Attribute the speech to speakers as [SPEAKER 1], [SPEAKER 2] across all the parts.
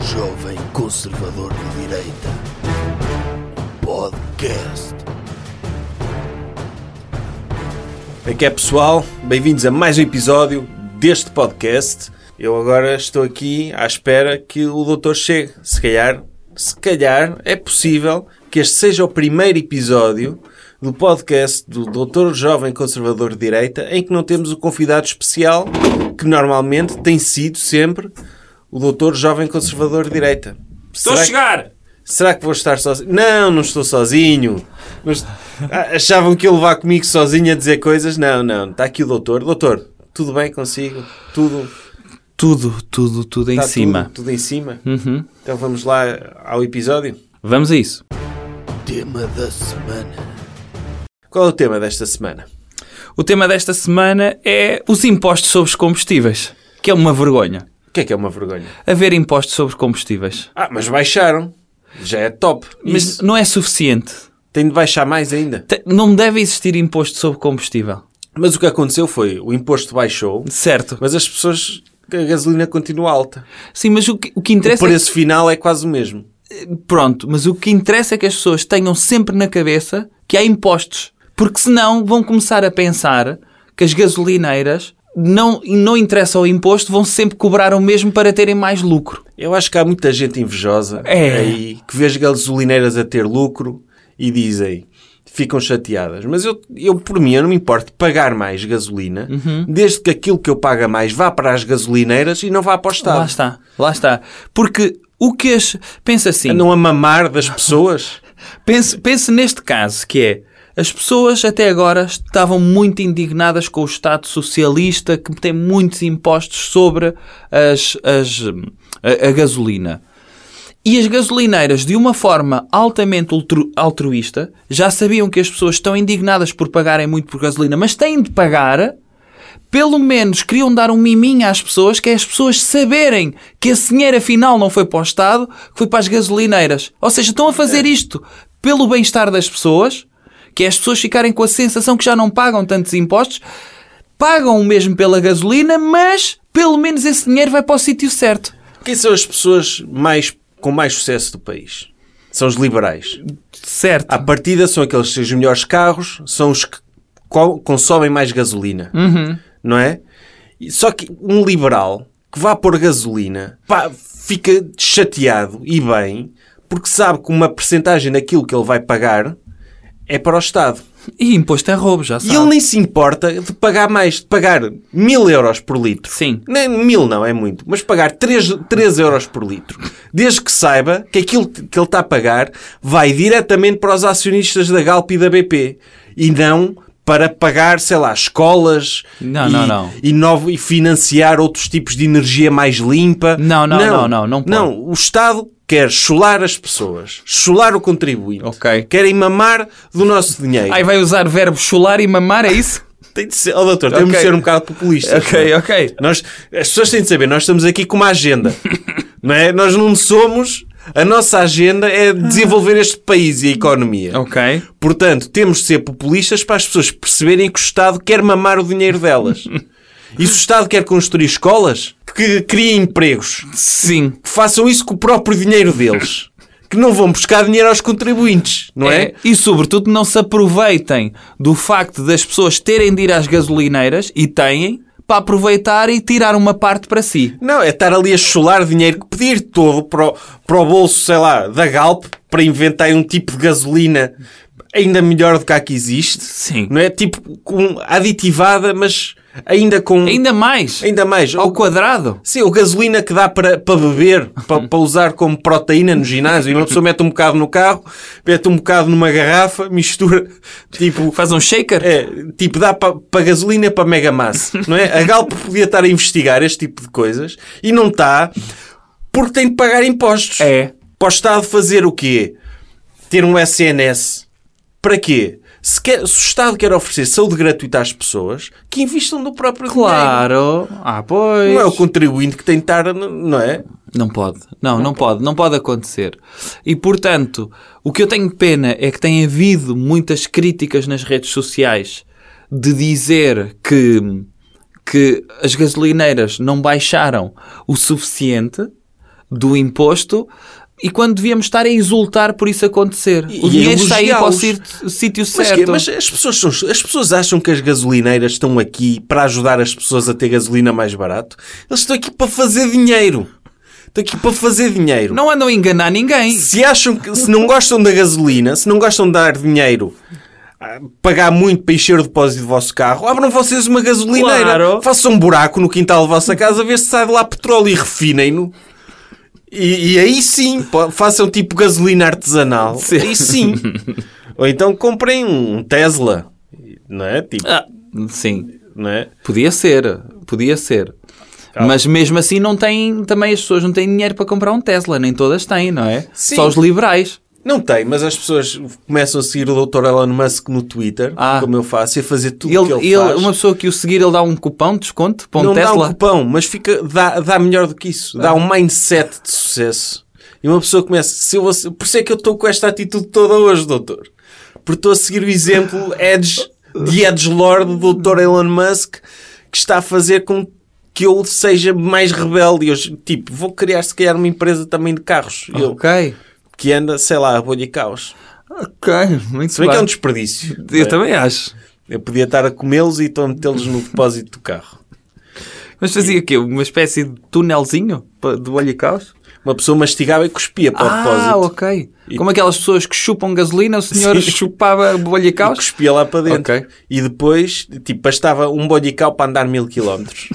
[SPEAKER 1] jovem conservador de direita. Podcast.
[SPEAKER 2] Aqui é pessoal, bem-vindos a mais um episódio deste podcast. Eu agora estou aqui à espera que o doutor chegue. Se calhar, se calhar é possível que este seja o primeiro episódio do podcast do doutor jovem conservador de direita em que não temos o convidado especial que normalmente tem sido sempre o doutor jovem conservador de direita.
[SPEAKER 3] Estou
[SPEAKER 2] Será
[SPEAKER 3] a
[SPEAKER 2] que-
[SPEAKER 3] chegar!
[SPEAKER 2] Será que vou estar sozinho? Não, não estou sozinho. Não est- Ah, Achavam que ia levar comigo sozinho a dizer coisas? Não, não. Está aqui o doutor. Doutor, tudo bem consigo? Tudo
[SPEAKER 3] Tudo, tudo, tudo em
[SPEAKER 2] está
[SPEAKER 3] cima.
[SPEAKER 2] Tá Tudo, tudo em cima?
[SPEAKER 3] Uhum.
[SPEAKER 2] Então vamos lá ao episódio.
[SPEAKER 3] Vamos a isso.
[SPEAKER 1] Tema da semana.
[SPEAKER 2] Qual é o tema desta semana?
[SPEAKER 3] O tema desta semana é os impostos sobre os combustíveis, que é uma vergonha.
[SPEAKER 2] O que é que é uma vergonha?
[SPEAKER 3] Haver impostos sobre combustíveis.
[SPEAKER 2] Ah, mas baixaram. Já é top.
[SPEAKER 3] Mas
[SPEAKER 2] Isso.
[SPEAKER 3] não é suficiente.
[SPEAKER 2] Tem de baixar mais ainda.
[SPEAKER 3] Te- Não deve existir imposto sobre combustível.
[SPEAKER 2] Mas o que aconteceu foi, o imposto baixou,
[SPEAKER 3] Certo.
[SPEAKER 2] mas as pessoas... A gasolina continua alta.
[SPEAKER 3] Sim, mas o que, o que
[SPEAKER 2] O
[SPEAKER 3] interessa...
[SPEAKER 2] preço final é quase o mesmo.
[SPEAKER 3] Pronto, mas o que interessa é que as pessoas tenham sempre na cabeça que há impostos. Porque senão vão começar a pensar que as gasolineiras não, não interessa o imposto, vão sempre cobrar o mesmo para terem mais lucro.
[SPEAKER 2] Eu acho que há muita gente invejosa
[SPEAKER 3] É.
[SPEAKER 2] aí que vê as gasolineiras a ter lucro e dizem, ficam chateadas. Mas eu, eu por mim, eu não me importo de pagar mais gasolina,
[SPEAKER 3] Uhum.
[SPEAKER 2] desde que aquilo que eu pago a mais vá para as gasolineiras e não vá para o
[SPEAKER 3] Lá
[SPEAKER 2] Estado.
[SPEAKER 3] está, lá está. Porque o que as. Pensa assim,
[SPEAKER 2] Andam a mamar das pessoas.
[SPEAKER 3] pense, pense neste caso que é. As pessoas até agora estavam muito indignadas com o Estado socialista que tem muitos impostos sobre as, as, hum, a, a gasolina. E as gasolineiras, de uma forma altamente altru- altruísta, já sabiam que as pessoas estão indignadas por pagarem muito por gasolina, mas têm de pagar pelo menos queriam dar um miminho às pessoas, que é as pessoas saberem que esse dinheiro afinal não foi para o Estado, que foi para as gasolineiras. Ou seja, estão a fazer isto pelo bem-estar das pessoas, que é as pessoas ficarem com a sensação que já não pagam tantos impostos, pagam o mesmo pela gasolina, mas pelo menos esse dinheiro vai para o sítio certo.
[SPEAKER 2] Quem são as pessoas mais, com mais sucesso do país? São os liberais.
[SPEAKER 3] Certo.
[SPEAKER 2] À partida são aqueles que têm os melhores carros, são os que co- consomem mais gasolina. Não é? E Só que um liberal que vá pôr gasolina pá, fica chateado e bem, porque sabe que uma percentagem daquilo que ele vai pagar é para o Estado.
[SPEAKER 3] E imposto é roubo, já
[SPEAKER 2] E ele
[SPEAKER 3] sabe.
[SPEAKER 2] nem se importa de pagar mais, de pagar mil euros por litro.
[SPEAKER 3] Sim.
[SPEAKER 2] Nem mil não, é muito. Mas pagar 3, euros por litro. Desde que saiba que aquilo que ele está a pagar vai diretamente para os acionistas da Galp e da BP. E não para pagar, sei lá, escolas
[SPEAKER 3] Não,
[SPEAKER 2] e,
[SPEAKER 3] não, não.
[SPEAKER 2] E, novo, e financiar outros tipos de energia mais limpa.
[SPEAKER 3] Não, não, não, não, não pode.
[SPEAKER 2] Não, o Estado quer chular as pessoas, chular o contribuinte.
[SPEAKER 3] Ok.
[SPEAKER 2] Querem mamar do nosso dinheiro.
[SPEAKER 3] Aí vai usar verbo chular e mamar, é isso?
[SPEAKER 2] Tem de ser, oh, doutor, temos
[SPEAKER 3] Ok.
[SPEAKER 2] de ser um bocado populistas.
[SPEAKER 3] Ok,
[SPEAKER 2] não é?
[SPEAKER 3] ok.
[SPEAKER 2] Nós, as pessoas têm de saber, nós estamos aqui com uma agenda, não é? Nós não somos, a nossa agenda é desenvolver este país e a economia.
[SPEAKER 3] Ok.
[SPEAKER 2] Portanto, temos de ser populistas para as pessoas perceberem que o Estado quer mamar o dinheiro delas. E se o Estado quer construir escolas, que criem empregos,
[SPEAKER 3] Sim.
[SPEAKER 2] que façam isso com o próprio dinheiro deles. Que não vão buscar dinheiro aos contribuintes, não é?
[SPEAKER 3] É, E sobretudo não se aproveitem do facto das pessoas terem de ir às gasolineiras e têm para aproveitar e tirar uma parte para si.
[SPEAKER 2] Não, é estar ali a chular dinheiro que pedir todo para o, para o bolso, sei lá, da Galp para inventar um tipo de gasolina ainda melhor do que a que existe.
[SPEAKER 3] Sim.
[SPEAKER 2] Não é? Tipo com aditivada, mas ainda com. Ainda,
[SPEAKER 3] Ainda mais
[SPEAKER 2] mais.
[SPEAKER 3] ao
[SPEAKER 2] Ou,
[SPEAKER 3] quadrado.
[SPEAKER 2] sim, ou gasolina que dá para, para beber,
[SPEAKER 3] Uhum.
[SPEAKER 2] para, para usar como proteína no ginásio. E uma pessoa mete um bocado no carro, mete um bocado numa garrafa, mistura, tipo.
[SPEAKER 3] Faz um shaker?
[SPEAKER 2] É, tipo, dá para gasolina para mega massa, não é? A Galp podia estar a investigar este tipo de coisas e não está porque tem de pagar impostos.
[SPEAKER 3] É.
[SPEAKER 2] Para o Estado fazer o quê? Ter um SNS. Para quê? Se, quer- se o Estado quer oferecer saúde gratuita às pessoas, que investam no próprio dinheiro.
[SPEAKER 3] Claro. Ah, pois.
[SPEAKER 2] Não é o contribuinte que tem de estar, não é?
[SPEAKER 3] Não pode. Não, não pode. Não pode acontecer. E, portanto, o que eu tenho pena é que tem havido muitas críticas nas redes sociais de dizer que, que as gasolineiras não baixaram o suficiente do imposto e quando devíamos estar a exultar por isso acontecer.
[SPEAKER 2] E-
[SPEAKER 3] o
[SPEAKER 2] e
[SPEAKER 3] dinheiro está aí para o
[SPEAKER 2] elogiá-los.
[SPEAKER 3] cir- o sítio
[SPEAKER 2] Mas,
[SPEAKER 3] certo.
[SPEAKER 2] quê? Mas as, pessoas são- as pessoas acham que as gasolineiras estão aqui para ajudar as pessoas a ter gasolina mais barato? Eles estão aqui para fazer dinheiro. Estão aqui para fazer dinheiro.
[SPEAKER 3] Não andam a enganar ninguém.
[SPEAKER 2] Se acham que se não gostam da gasolina, se não gostam de dar dinheiro, ah, pagar muito para encher o depósito do vosso carro, abram vocês uma gasolineira,
[SPEAKER 3] Claro.
[SPEAKER 2] façam um buraco no quintal da vossa casa, vê se sai de lá petróleo e refinem-no. E, e aí sim, po- façam tipo gasolina artesanal.
[SPEAKER 3] Sim.
[SPEAKER 2] Aí sim. Ou então comprem um Tesla, não é? Tipo,
[SPEAKER 3] Ah, sim.
[SPEAKER 2] não é?
[SPEAKER 3] Podia ser, podia ser. Mas mesmo assim não têm, também as pessoas não têm dinheiro para comprar um Tesla, nem todas têm, não é?
[SPEAKER 2] Sim.
[SPEAKER 3] Só os liberais.
[SPEAKER 2] Não tem, mas as pessoas começam a seguir o Dr. Elon Musk no Twitter,
[SPEAKER 3] Ah.
[SPEAKER 2] como eu faço, e a fazer tudo o
[SPEAKER 3] Ele,
[SPEAKER 2] que ele,
[SPEAKER 3] ele-
[SPEAKER 2] faz.
[SPEAKER 3] uma pessoa que o seguir, ele dá um cupão de desconto para um
[SPEAKER 2] não dá
[SPEAKER 3] Tesla.
[SPEAKER 2] um cupão, mas fica, dá, dá melhor do que isso. Dá um mindset de sucesso. E uma pessoa começa, se eu vou, se- por isso é que eu estou com esta atitude toda hoje, doutor. Porque estou a seguir o exemplo edge, de Edge Lord do Dr. Elon Musk, que está a fazer com que eu seja mais rebelde. E Eu, tipo, vou criar se calhar uma empresa também de carros. E Eu,
[SPEAKER 3] Ah, Ok.
[SPEAKER 2] que anda, sei lá, a bolha e caos.
[SPEAKER 3] Ok, muito
[SPEAKER 2] Se bem
[SPEAKER 3] bem.
[SPEAKER 2] que é um desperdício.
[SPEAKER 3] Eu também acho.
[SPEAKER 2] Eu podia estar a comê-los e estou a metê-los no depósito do carro.
[SPEAKER 3] Mas fazia o quê? Uma espécie de tunelzinho pa- de olho e caos?
[SPEAKER 2] Uma pessoa mastigava e cuspia para o
[SPEAKER 3] Ah,
[SPEAKER 2] depósito.
[SPEAKER 3] ok.
[SPEAKER 2] E-
[SPEAKER 3] Como aquelas pessoas que chupam gasolina, o senhor
[SPEAKER 2] Sim.
[SPEAKER 3] chupava bolha e
[SPEAKER 2] E
[SPEAKER 3] caos?
[SPEAKER 2] cuspia lá para dentro.
[SPEAKER 3] Ok.
[SPEAKER 2] E depois, tipo, bastava um bodical para andar mil quilómetros.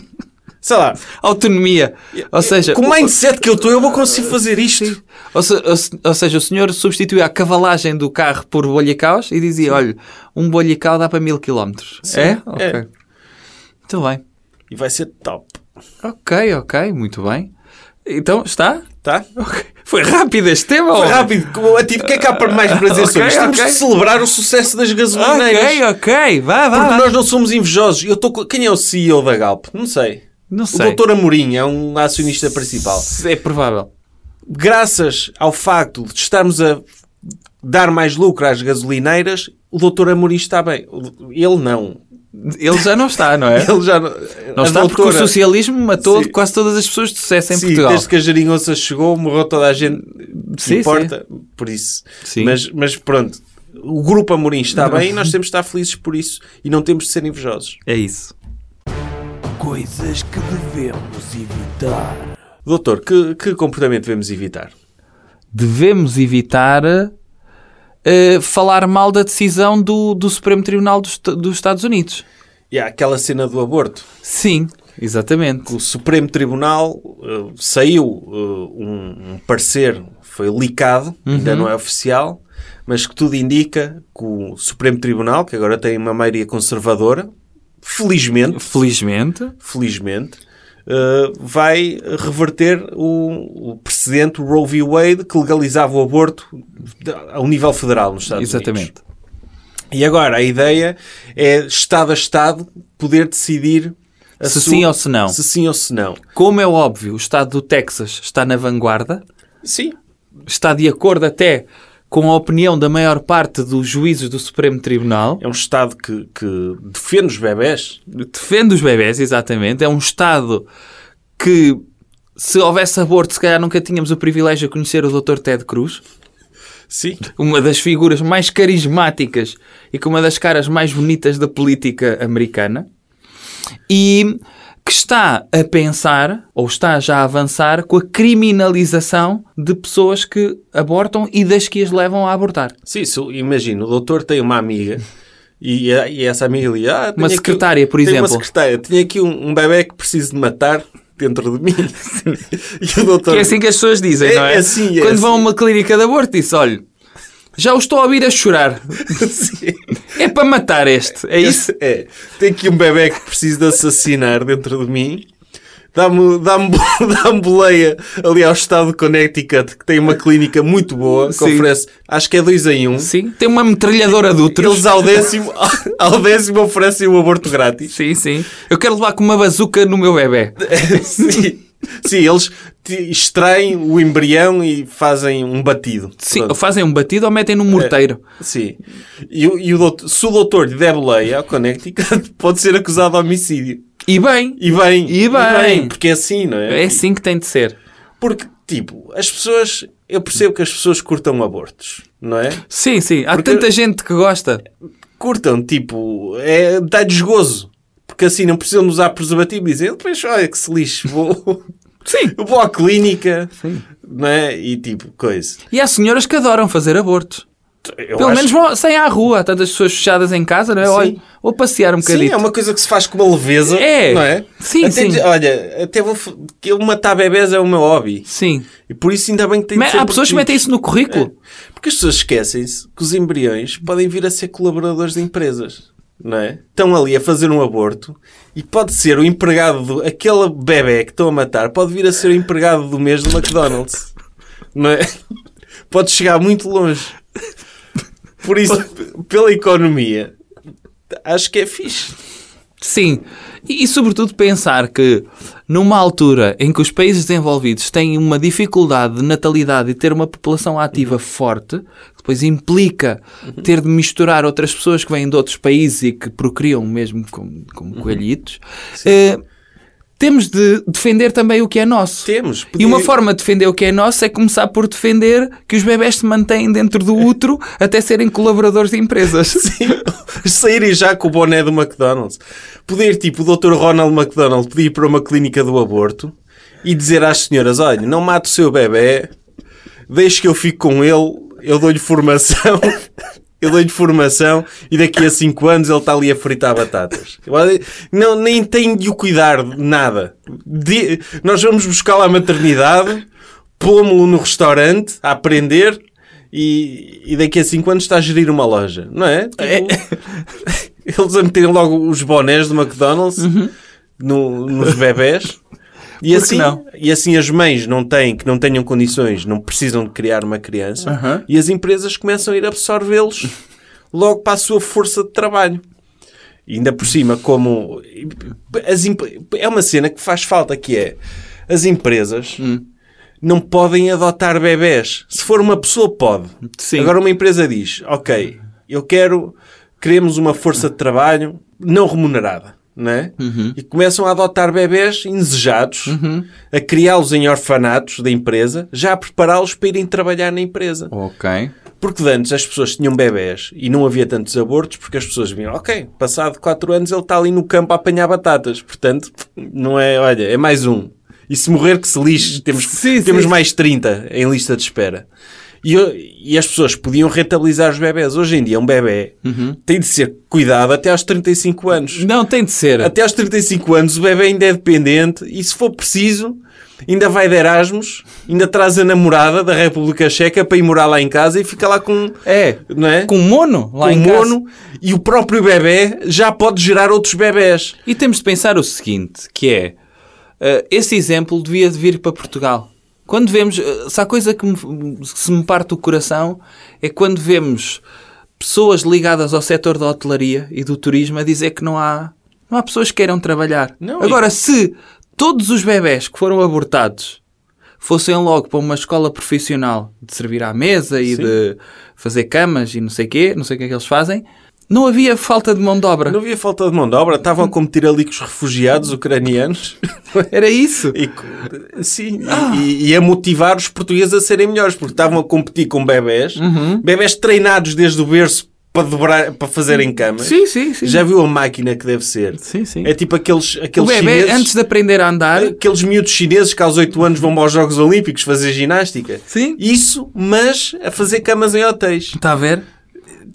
[SPEAKER 2] Sei lá,
[SPEAKER 3] Autonomia. Ou seja,
[SPEAKER 2] com o mindset que eu estou, eu vou conseguir fazer isto.
[SPEAKER 3] Ou, se- ou se- ou seja, o senhor substituía a cavalagem do carro por bolhicaus e dizia: olha, um bolhicau dá para mil quilómetros. É? Ok.
[SPEAKER 2] é.
[SPEAKER 3] Muito bem.
[SPEAKER 2] E vai ser top.
[SPEAKER 3] Ok, ok, muito bem. Então, está?
[SPEAKER 2] Tá?
[SPEAKER 3] Foi rápido este tema?
[SPEAKER 2] Foi
[SPEAKER 3] ou-
[SPEAKER 2] rápido. como- Tipo, o que é que há para mais prazer
[SPEAKER 3] Oh. Ah, Ok,
[SPEAKER 2] sobre isto? Temos
[SPEAKER 3] ok.
[SPEAKER 2] de celebrar o sucesso das gasolineiras.
[SPEAKER 3] Ok, ah. ok, vá, vá.
[SPEAKER 2] é, Porque
[SPEAKER 3] vá.
[SPEAKER 2] nós não somos invejosos. Eu estou com- Quem é o CEO da Galp? Não sei.
[SPEAKER 3] Não
[SPEAKER 2] O
[SPEAKER 3] sei.
[SPEAKER 2] doutor Amorim é um acionista principal.
[SPEAKER 3] É provável.
[SPEAKER 2] graças ao facto de estarmos a dar mais lucro às gasolineiras, o doutor Amorim está bem. O- Ele não.
[SPEAKER 3] Ele já não está, não é?
[SPEAKER 2] Ele já
[SPEAKER 3] Não
[SPEAKER 2] a
[SPEAKER 3] está porque o
[SPEAKER 2] doutora-
[SPEAKER 3] socialismo matou
[SPEAKER 2] Sim.
[SPEAKER 3] quase todas as pessoas de sucesso em
[SPEAKER 2] Sim,
[SPEAKER 3] Portugal.
[SPEAKER 2] desde que a Jaringonça chegou, morreu toda a gente que
[SPEAKER 3] Sim,
[SPEAKER 2] importa, por isso.
[SPEAKER 3] Sim.
[SPEAKER 2] Mas, mas pronto, o grupo Amorim está bem e nós temos de estar felizes por isso e não temos de ser invejosos.
[SPEAKER 3] É isso.
[SPEAKER 1] Coisas que devemos evitar.
[SPEAKER 2] Doutor, que, que comportamento devemos evitar?
[SPEAKER 3] devemos evitar eh, falar mal da decisão do, do Supremo Tribunal dos, T- dos Estados Unidos.
[SPEAKER 2] E há aquela cena do aborto.
[SPEAKER 3] Sim, exatamente.
[SPEAKER 2] o Supremo Tribunal eh, saiu eh, um, um parecer, foi licado,
[SPEAKER 3] Uhum.
[SPEAKER 2] ainda não é oficial, mas que tudo indica que o Supremo Tribunal, que agora tem uma maioria conservadora, felizmente,
[SPEAKER 3] Felizmente.
[SPEAKER 2] felizmente, eh, vai reverter o, o precedente Roe v. Wade que legalizava o aborto de- ao nível federal nos Estados Unidos.
[SPEAKER 3] Exatamente.
[SPEAKER 2] E agora a ideia é Estado a Estado poder decidir a
[SPEAKER 3] Se
[SPEAKER 2] sua-
[SPEAKER 3] sim ou se não.
[SPEAKER 2] se sim ou se não.
[SPEAKER 3] Como é óbvio, o Estado do Texas está na vanguarda,
[SPEAKER 2] Sim,
[SPEAKER 3] está de acordo até com a opinião da maior parte dos juízes do Supremo Tribunal.
[SPEAKER 2] É um Estado que, que defende os bebés.
[SPEAKER 3] Defende os bebés, exatamente. É um Estado que, se houvesse aborto, se calhar nunca tínhamos o privilégio de conhecer o Dr. Ted Cruz.
[SPEAKER 2] Sim.
[SPEAKER 3] uma das figuras mais carismáticas e com uma das caras mais bonitas da política americana e que está a pensar ou está já a avançar com a criminalização de pessoas que abortam e das que as levam a abortar.
[SPEAKER 2] Sim, se eu- imagino, o doutor tem uma amiga e, a- e essa amiga lhe ah, tenho
[SPEAKER 3] Uma
[SPEAKER 2] aqui-
[SPEAKER 3] secretária, por
[SPEAKER 2] tenho
[SPEAKER 3] exemplo.
[SPEAKER 2] Uma secretária, tinha aqui um, um bebê que preciso de matar dentro de mim. e o doutor.
[SPEAKER 3] Que é assim que as pessoas dizem,
[SPEAKER 2] É-
[SPEAKER 3] não é?
[SPEAKER 2] é assim, é
[SPEAKER 3] Quando vão a
[SPEAKER 2] assim.
[SPEAKER 3] uma clínica de aborto, diz: olha, já o estou a ouvir a chorar.
[SPEAKER 2] Sim.
[SPEAKER 3] É para matar este, é isso?
[SPEAKER 2] É, tem aqui um bebê que preciso de assassinar dentro de mim. Dá-me dá dá boleia ali ao estado de Connecticut, que tem uma clínica muito boa, que
[SPEAKER 3] Sim.
[SPEAKER 2] oferece, acho que é dois em um.
[SPEAKER 3] Sim. Tem uma metralhadora de úteros.
[SPEAKER 2] Eles ao décimo, ao décimo oferecem o aborto grátis.
[SPEAKER 3] Sim, sim. Eu quero levar com uma bazuca no meu bebê.
[SPEAKER 2] Sim, Sim, eles te- extraem o embrião e fazem um batido.
[SPEAKER 3] Sim, ou
[SPEAKER 2] Pronto. É.
[SPEAKER 3] fazem um batido ou metem num morteiro.
[SPEAKER 2] Sim. E, o- e o doutor, se o doutor lhe der boleia ao Connecticut, pode ser acusado de homicídio.
[SPEAKER 3] E bem,
[SPEAKER 2] E bem.
[SPEAKER 3] E bem.
[SPEAKER 2] Porque é assim, não é?
[SPEAKER 3] é assim que tem de ser.
[SPEAKER 2] Porque Tipo, as pessoas. Eu percebo que as pessoas curtam abortos, não é?
[SPEAKER 3] Sim, sim. Há
[SPEAKER 2] Porque-
[SPEAKER 3] tanta gente que gosta.
[SPEAKER 2] Curtam, tipo, é, dá desgozo. Porque assim não precisam de usar preservativo e dizer, depois olha que se lixo, vou,
[SPEAKER 3] Sim.
[SPEAKER 2] eu vou à clínica, não é? E tipo, coisa.
[SPEAKER 3] E há senhoras que adoram fazer abortos.
[SPEAKER 2] Eu
[SPEAKER 3] Pelo
[SPEAKER 2] acho-
[SPEAKER 3] menos vão, saem à rua. Há tantas pessoas fechadas em casa, não é?
[SPEAKER 2] Sim.
[SPEAKER 3] Olha, vou passear um
[SPEAKER 2] Sim,
[SPEAKER 3] bocadinho.
[SPEAKER 2] é uma coisa que se faz com uma leveza,
[SPEAKER 3] É.
[SPEAKER 2] não é?
[SPEAKER 3] Sim,
[SPEAKER 2] até,
[SPEAKER 3] sim.
[SPEAKER 2] diz- Olha, até vou... f- que eu matar bebés é o meu hobby.
[SPEAKER 3] Sim.
[SPEAKER 2] E por isso ainda bem que É. tem de
[SPEAKER 3] Mas
[SPEAKER 2] ser
[SPEAKER 3] há pessoas que metem isso no currículo.
[SPEAKER 2] protegido. Porque as pessoas esquecem-se que os embriões podem vir a ser colaboradores de empresas, não é? Estão ali a fazer um aborto e pode ser o empregado, do... aquele bebé que estão a matar, pode vir a ser o empregado do mês do McDonald's, não é? Pode chegar muito longe. Por isso, p- pela economia, acho que é fixe.
[SPEAKER 3] Sim. E, e sobretudo pensar que numa altura em que os países desenvolvidos têm uma dificuldade de natalidade e ter uma população ativa
[SPEAKER 2] Uhum.
[SPEAKER 3] forte, que depois implica ter de misturar outras pessoas que vêm de outros países e que procriam mesmo como, como
[SPEAKER 2] Uhum.
[SPEAKER 3] coelhitos, eh, temos de defender também o que é nosso.
[SPEAKER 2] Temos.
[SPEAKER 3] E uma
[SPEAKER 2] podia-
[SPEAKER 3] forma de defender o que é nosso é começar por defender que os bebés se mantêm dentro do útero até serem colaboradores de empresas.
[SPEAKER 2] saírem já com o boné do McDonald's. Poder, tipo, o Dr. Ronald McDonald pedir para uma clínica do aborto e dizer às senhoras: olha, não mate o seu bebê, deixe que eu fique com ele, eu dou-lhe formação. Eu dou-lhe formação e daqui a 5 anos ele está ali a fritar batatas. Não, nem tem de o cuidar de nada. De- nós vamos buscá-lo à maternidade, pômo-lo no restaurante a aprender e, e daqui a 5 anos está a gerir uma loja, não é? Tipo, eles a meterem logo os bonés do McDonald's no- nos bebés. E
[SPEAKER 3] Uhum. que
[SPEAKER 2] assim,
[SPEAKER 3] não?
[SPEAKER 2] e assim as mães não têm, que não tenham condições, não precisam de criar uma criança
[SPEAKER 3] Aham.
[SPEAKER 2] e as empresas começam a ir absorvê-los logo para a sua força de trabalho. E ainda por cima, como as imp- é uma cena que faz falta que é as empresas não podem adotar bebés. Se for uma pessoa, pode.
[SPEAKER 3] Sim.
[SPEAKER 2] Agora uma empresa diz: Ok, eu quero, queremos uma força de trabalho não remunerada. Né? E começam a adotar bebés indesejados, a criá-los em orfanatos da empresa, já a prepará-los para irem trabalhar na empresa.
[SPEAKER 3] ok.
[SPEAKER 2] Porque de antes as pessoas tinham bebés e não havia tantos abortos porque as pessoas vinham, ok, passado 4 anos ele está ali no campo a apanhar batatas. Portanto, não é, olha, é mais um. E se morrer que se lixe, temos,
[SPEAKER 3] Sim,
[SPEAKER 2] temos
[SPEAKER 3] sim.
[SPEAKER 2] mais 30 em lista de espera. E, eu- e as pessoas podiam rentabilizar os bebés. Hoje em dia um bebé
[SPEAKER 3] Uhum.
[SPEAKER 2] tem de ser cuidado até aos 35 anos.
[SPEAKER 3] Não tem de ser.
[SPEAKER 2] Até aos 35 anos o bebê ainda é dependente e se for preciso ainda vai de Erasmus, ainda traz a namorada da República Checa para ir morar lá em casa e fica lá com...
[SPEAKER 3] É.
[SPEAKER 2] Não é?
[SPEAKER 3] Com mono lá
[SPEAKER 2] com
[SPEAKER 3] em casa.
[SPEAKER 2] mono e o próprio bebê já pode gerar outros bebés.
[SPEAKER 3] E temos de pensar o seguinte, que é... eh, esse exemplo devia de vir para Portugal. Quando vemos... eh, se há coisa que me- se me parte o coração é quando vemos pessoas ligadas ao setor da hotelaria e do turismo a dizer que não há, não há pessoas que queiram trabalhar.
[SPEAKER 2] Não,
[SPEAKER 3] Agora, se todos os bebés que foram abortados fossem logo para uma escola profissional de servir à mesa e de fazer camas e não sei quê, não sei o que é que eles fazem, não havia falta de mão de obra.
[SPEAKER 2] Não havia falta de mão de obra, estavam a competir ali com os refugiados ucranianos
[SPEAKER 3] Era isso.
[SPEAKER 2] e, co- sim,
[SPEAKER 3] Ah!
[SPEAKER 2] e- e a motivar os portugueses a serem melhores, porque estavam a competir com bebés,
[SPEAKER 3] Uhum.
[SPEAKER 2] bebés treinados desde o berço para, dobrar, para fazerem camas.
[SPEAKER 3] Sim, sim, sim.
[SPEAKER 2] Já viu a máquina que deve ser?
[SPEAKER 3] Sim, sim.
[SPEAKER 2] É tipo aqueles,
[SPEAKER 3] o
[SPEAKER 2] aqueles
[SPEAKER 3] bebê,
[SPEAKER 2] chineses...
[SPEAKER 3] antes de aprender a andar,
[SPEAKER 2] Aqueles miúdos chineses que aos 8 anos vão para os Jogos Olímpicos fazer ginástica.
[SPEAKER 3] Sim.
[SPEAKER 2] Isso, mas a fazer camas em hotéis.
[SPEAKER 3] está a ver?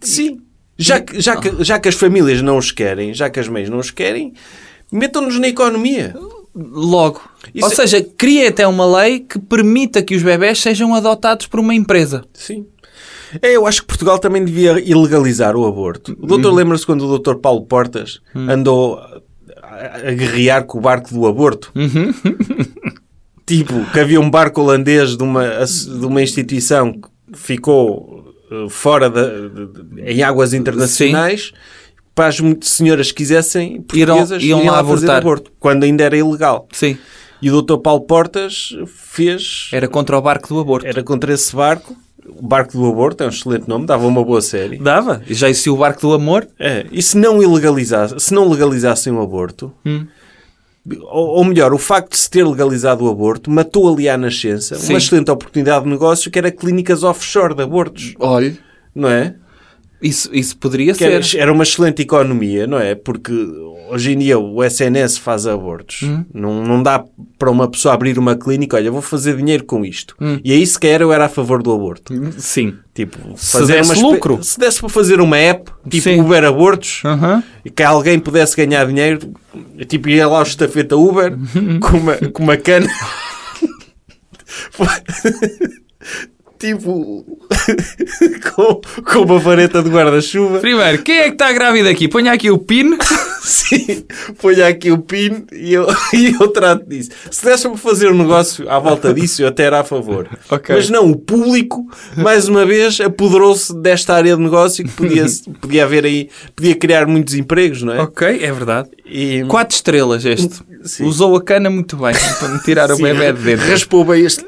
[SPEAKER 2] Sim. Já que, já, que, já que as famílias não os querem, já que as mães não os querem, metam-nos na economia.
[SPEAKER 3] Logo.
[SPEAKER 2] Isso
[SPEAKER 3] Ou
[SPEAKER 2] é-
[SPEAKER 3] seja, cria até uma lei que permita que os bebés sejam adotados por uma empresa.
[SPEAKER 2] Sim. É, eu acho que Portugal também devia ilegalizar o aborto. O
[SPEAKER 3] Uhum.
[SPEAKER 2] doutor lembra-se quando o doutor Paulo Portas
[SPEAKER 3] Hum.
[SPEAKER 2] andou a- a a guerrear com o barco do aborto?
[SPEAKER 3] Uhum.
[SPEAKER 2] tipo, que havia um barco holandês de uma, asso- de uma instituição que ficou eh, fora da, de- de- em águas internacionais para as mu- senhoras que quisessem portuguesas
[SPEAKER 3] iam lá
[SPEAKER 2] fazer
[SPEAKER 3] abortar.
[SPEAKER 2] aborto, quando ainda era ilegal.
[SPEAKER 3] Sim.
[SPEAKER 2] E o doutor Paulo Portas fez
[SPEAKER 3] Era contra o barco do aborto.
[SPEAKER 2] era contra esse barco. O Barco do Aborto é um excelente nome, dava uma boa série.
[SPEAKER 3] Dava. E Já existiu o barco do amor?
[SPEAKER 2] É, e se não ilegalizasse, se não legalizassem o aborto, Ou, ou melhor, o facto de se ter legalizado o aborto matou ali à nascença
[SPEAKER 3] Sim.
[SPEAKER 2] uma excelente oportunidade de negócio que era clínicas offshore de abortos,
[SPEAKER 3] Olha,
[SPEAKER 2] não é?
[SPEAKER 3] isso, isso poderia
[SPEAKER 2] Que era,
[SPEAKER 3] ser.
[SPEAKER 2] era uma excelente economia, não é? Porque hoje em dia o SNS faz abortos. Não, não dá para uma pessoa abrir uma clínica, olha, vou fazer dinheiro com isto. E aí, se calhar, eu era a favor do aborto.
[SPEAKER 3] Sim.
[SPEAKER 2] Tipo,
[SPEAKER 3] Se
[SPEAKER 2] fazer
[SPEAKER 3] desse
[SPEAKER 2] uma espe-
[SPEAKER 3] lucro.
[SPEAKER 2] Se desse para fazer uma app, tipo
[SPEAKER 3] Sim. Ah.
[SPEAKER 2] Uber Abortos,
[SPEAKER 3] Aham.
[SPEAKER 2] e que alguém pudesse ganhar dinheiro, tipo, ia lá o estafeta Uber com, uma, com uma cana. tipo, com, com uma vareta de guarda-chuva.
[SPEAKER 3] Primeiro, quem é que está grávida aqui? Ponha aqui o PIN.
[SPEAKER 2] Sim, ponha aqui o PIN e eu, e eu trato disso. Se deixa-me fazer um negócio à volta disso, eu até era a favor.
[SPEAKER 3] Ok.
[SPEAKER 2] Mas não, o público, mais uma vez, apoderou-se desta área de negócio que podia, podia haver aí, podia criar muitos empregos, não é?
[SPEAKER 3] ok, é verdade.
[SPEAKER 2] E,
[SPEAKER 3] Quatro estrelas este.
[SPEAKER 2] Sim.
[SPEAKER 3] Usou a cana muito bem para me tirar o
[SPEAKER 2] Sim,
[SPEAKER 3] bebê de dentro.
[SPEAKER 2] Raspou bem este,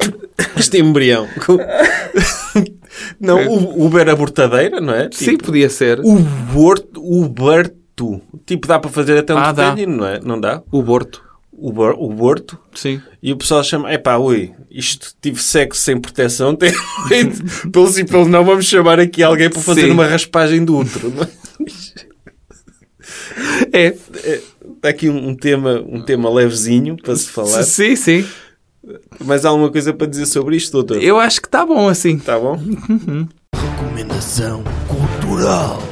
[SPEAKER 2] este embrião. não, o Uber abortadeira, não é?
[SPEAKER 3] Sim, podia ser.
[SPEAKER 2] O Borto, o Berto. Tipo, dá para fazer até um
[SPEAKER 3] Ah, dá.
[SPEAKER 2] trocadilho, não é? Não dá?
[SPEAKER 3] O Borto.
[SPEAKER 2] O, Bor, o Borto.
[SPEAKER 3] Sim.
[SPEAKER 2] E o pessoal chama, epá, ui, isto tive sexo sem proteção, tem leite. pelo sim, pelo não, vamos chamar aqui alguém para fazer
[SPEAKER 3] Sim.
[SPEAKER 2] uma raspagem do útero.
[SPEAKER 3] É.
[SPEAKER 2] Está aqui um, um tema, um tema levezinho para se falar.
[SPEAKER 3] Sim, sim.
[SPEAKER 2] Mais alguma coisa para dizer sobre isto, doutor?
[SPEAKER 3] Eu acho que está bom assim.
[SPEAKER 2] Está bom?
[SPEAKER 1] Recomendação cultural.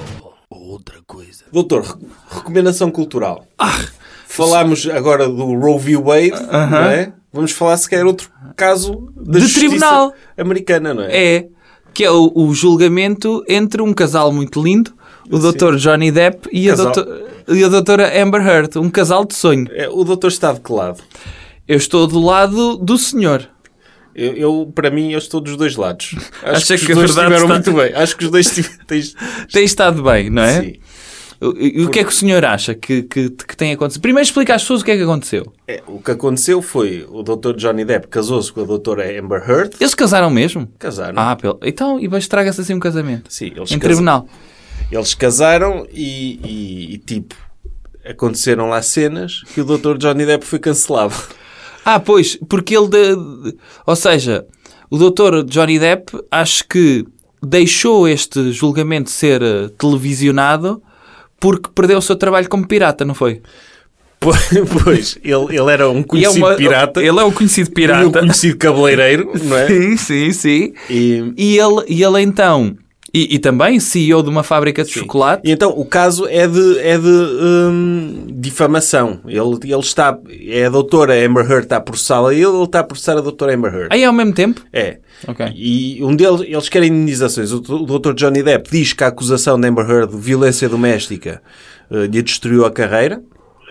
[SPEAKER 1] Ou outra coisa.
[SPEAKER 2] Doutor, re- recomendação cultural.
[SPEAKER 3] Ah,
[SPEAKER 2] Falámos agora do Roe v. Wade, não é? Vamos falar se quer outro caso da
[SPEAKER 3] De
[SPEAKER 2] justiça
[SPEAKER 3] tribunal.
[SPEAKER 2] americana, não é?
[SPEAKER 3] É. Que é o, o julgamento entre um casal muito lindo, o Dr. Johnny Depp e a,
[SPEAKER 2] Casal.
[SPEAKER 3] doutor- e a doutora Amber Heard. Um casal de sonho.
[SPEAKER 2] É, O doutor está de que lado?
[SPEAKER 3] Eu estou do lado do senhor.
[SPEAKER 2] Eu, eu, para mim, eu estou dos dois lados. Acho
[SPEAKER 3] Acha
[SPEAKER 2] que os
[SPEAKER 3] que a
[SPEAKER 2] dois
[SPEAKER 3] verdade
[SPEAKER 2] estiveram
[SPEAKER 3] está-
[SPEAKER 2] muito bem. Acho que os dois estiveram... tens-
[SPEAKER 3] Tem estado bem, não é?
[SPEAKER 2] Sim.
[SPEAKER 3] E e o que é que o senhor acha que, que, que tem acontecido? Primeiro explica às pessoas o que é que aconteceu.
[SPEAKER 2] É, o que aconteceu foi o doutor Johnny Depp casou-se com a doutora Amber Heard.
[SPEAKER 3] Eles casaram mesmo?
[SPEAKER 2] Casaram.
[SPEAKER 3] Ah, pelo... então, e mas estraga-se assim um casamento.
[SPEAKER 2] Sim, eles
[SPEAKER 3] Em
[SPEAKER 2] casaram.
[SPEAKER 3] tribunal.
[SPEAKER 2] Eles casaram e, e- e, tipo, aconteceram lá cenas que o Dr. Johnny Depp foi cancelado.
[SPEAKER 3] Ah, pois, porque ele. de- de- Ou seja, o doutor Johnny Depp acho que deixou este julgamento ser eh, televisionado porque perdeu o seu trabalho como pirata, não foi? é
[SPEAKER 2] Pois, pois, ele, ele era um
[SPEAKER 3] E é
[SPEAKER 2] conhecido
[SPEAKER 3] uma-
[SPEAKER 2] pirata,
[SPEAKER 3] Ele é um conhecido pirata.
[SPEAKER 2] um conhecido cabeleireiro, não é?
[SPEAKER 3] Sim, sim, sim.
[SPEAKER 2] E,
[SPEAKER 3] E ele, e ele então. E, e também CEO de uma fábrica de chocolate.
[SPEAKER 2] e então o caso é de, é de hum, difamação. Ele, ele está, é a doutora Amber Heard está a processá-la e ele, ele está a processar a doutora Amber Heard.
[SPEAKER 3] Aí ao mesmo tempo?
[SPEAKER 2] É.
[SPEAKER 3] Ok.
[SPEAKER 2] E um deles, eles querem indenizações. O do- o Dr. Johnny Depp diz que a acusação de Amber Heard de violência doméstica eh, lhe destruiu a carreira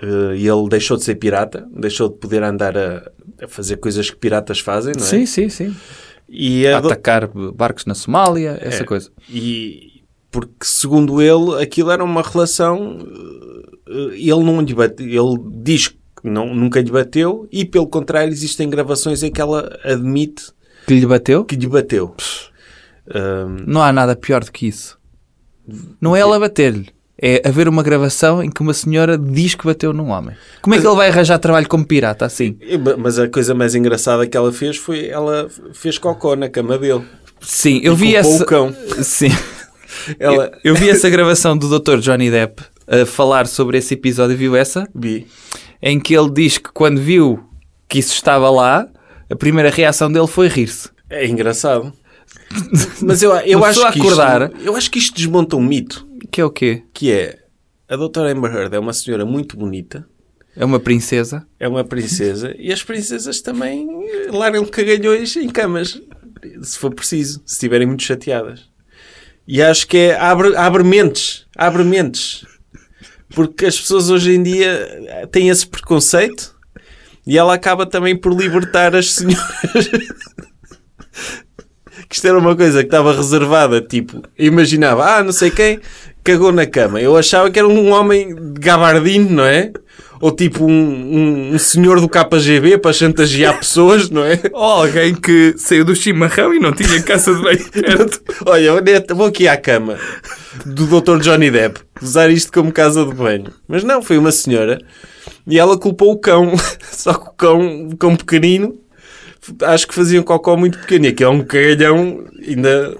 [SPEAKER 2] eh, e ele deixou de ser pirata, deixou de poder andar a, a fazer coisas que piratas fazem, não é?
[SPEAKER 3] Sim, sim, sim.
[SPEAKER 2] E, a do-
[SPEAKER 3] Atacar barcos na Somália, essa coisa.
[SPEAKER 2] É. e porque, segundo ele, aquilo era uma relação. eh, Ele não lhe bate- ele diz que não, nunca lhe bateu e, pelo contrário, existem gravações em que ela admite
[SPEAKER 3] Que lhe bateu?
[SPEAKER 2] que lhe bateu. Ahm,
[SPEAKER 3] Não há nada pior do que isso. Não é ela bater-lhe. É haver uma gravação em que uma senhora diz que bateu num homem. Como é que ele vai arranjar trabalho como pirata assim?
[SPEAKER 2] E, ba- Mas a coisa mais engraçada que ela fez foi ela fez cocó na cama dele.
[SPEAKER 3] Sim, eu vi
[SPEAKER 2] culpou
[SPEAKER 3] essa.
[SPEAKER 2] o cão.
[SPEAKER 3] Sim.
[SPEAKER 2] Ela
[SPEAKER 3] Eu vi essa gravação do Dr. Johnny Depp a falar sobre esse episódio, viu essa?
[SPEAKER 2] bi.
[SPEAKER 3] Em que ele diz que quando viu que isso estava lá, a primeira reação dele foi rir-se.
[SPEAKER 2] É engraçado. Mas eu, eu
[SPEAKER 3] Uma
[SPEAKER 2] acho
[SPEAKER 3] pessoa
[SPEAKER 2] que
[SPEAKER 3] acordar-
[SPEAKER 2] isto, eu acho que isto desmonta um mito
[SPEAKER 3] Que é o quê?
[SPEAKER 2] que é a doutora Amber Heard é uma senhora muito bonita,
[SPEAKER 3] É uma princesa?
[SPEAKER 2] é uma princesa e as princesas também eh, largam cagalhões em camas se for preciso, se estiverem muito chateadas. E acho que é abre, abre mentes, abre mentes. Porque as pessoas hoje em dia eh, têm esse preconceito e ela acaba também por libertar as senhoras. que isto era uma coisa que estava reservada, tipo, imaginava, ah, não sei quem, cagou na cama. Eu achava que era um homem de gabardino, não é? Ou tipo um, um, um senhor do KGB para chantagear pessoas, não é?
[SPEAKER 3] Ou alguém que saiu do chimarrão e não tinha caça de banho
[SPEAKER 2] Olha, eu neto, vou aqui à cama do Dr. Johnny Depp usar isto como casa de banho. Mas não, foi uma senhora E ela culpou o cão. Só que o cão, o cão pequenino, acho que fazia um cocó muito pequeno. E aquele é um cagalhão ainda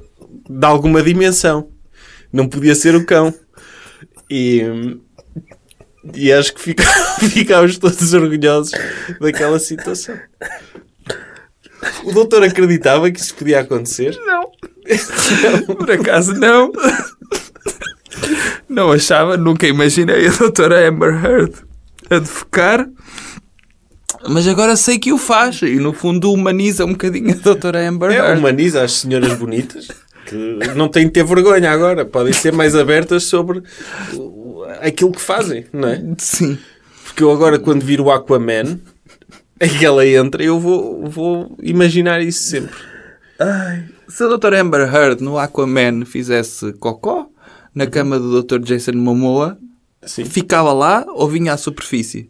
[SPEAKER 2] de alguma dimensão. Não podia ser o cão. E, e acho que fica, ficámos todos orgulhosos daquela situação. O doutor acreditava que isso podia acontecer?
[SPEAKER 3] Não. Por acaso não. Não achava, nunca imaginei a doutora Amber Heard a defecar. Mas agora sei que o faz e no fundo humaniza um bocadinho a doutora Amber
[SPEAKER 2] É,
[SPEAKER 3] Heard.
[SPEAKER 2] humaniza as senhoras bonitas que não têm de ter vergonha agora. Podem ser mais abertas sobre o- aquilo que fazem, não é?
[SPEAKER 3] Sim.
[SPEAKER 2] Porque eu agora, quando vir o Aquaman, é que ela entra, eu vou, vou imaginar isso sempre.
[SPEAKER 3] Se a doutora Amber Heard no Aquaman fizesse cocó na cama do Dr. Jason Momoa,
[SPEAKER 2] Sim.
[SPEAKER 3] ficava lá ou vinha à superfície?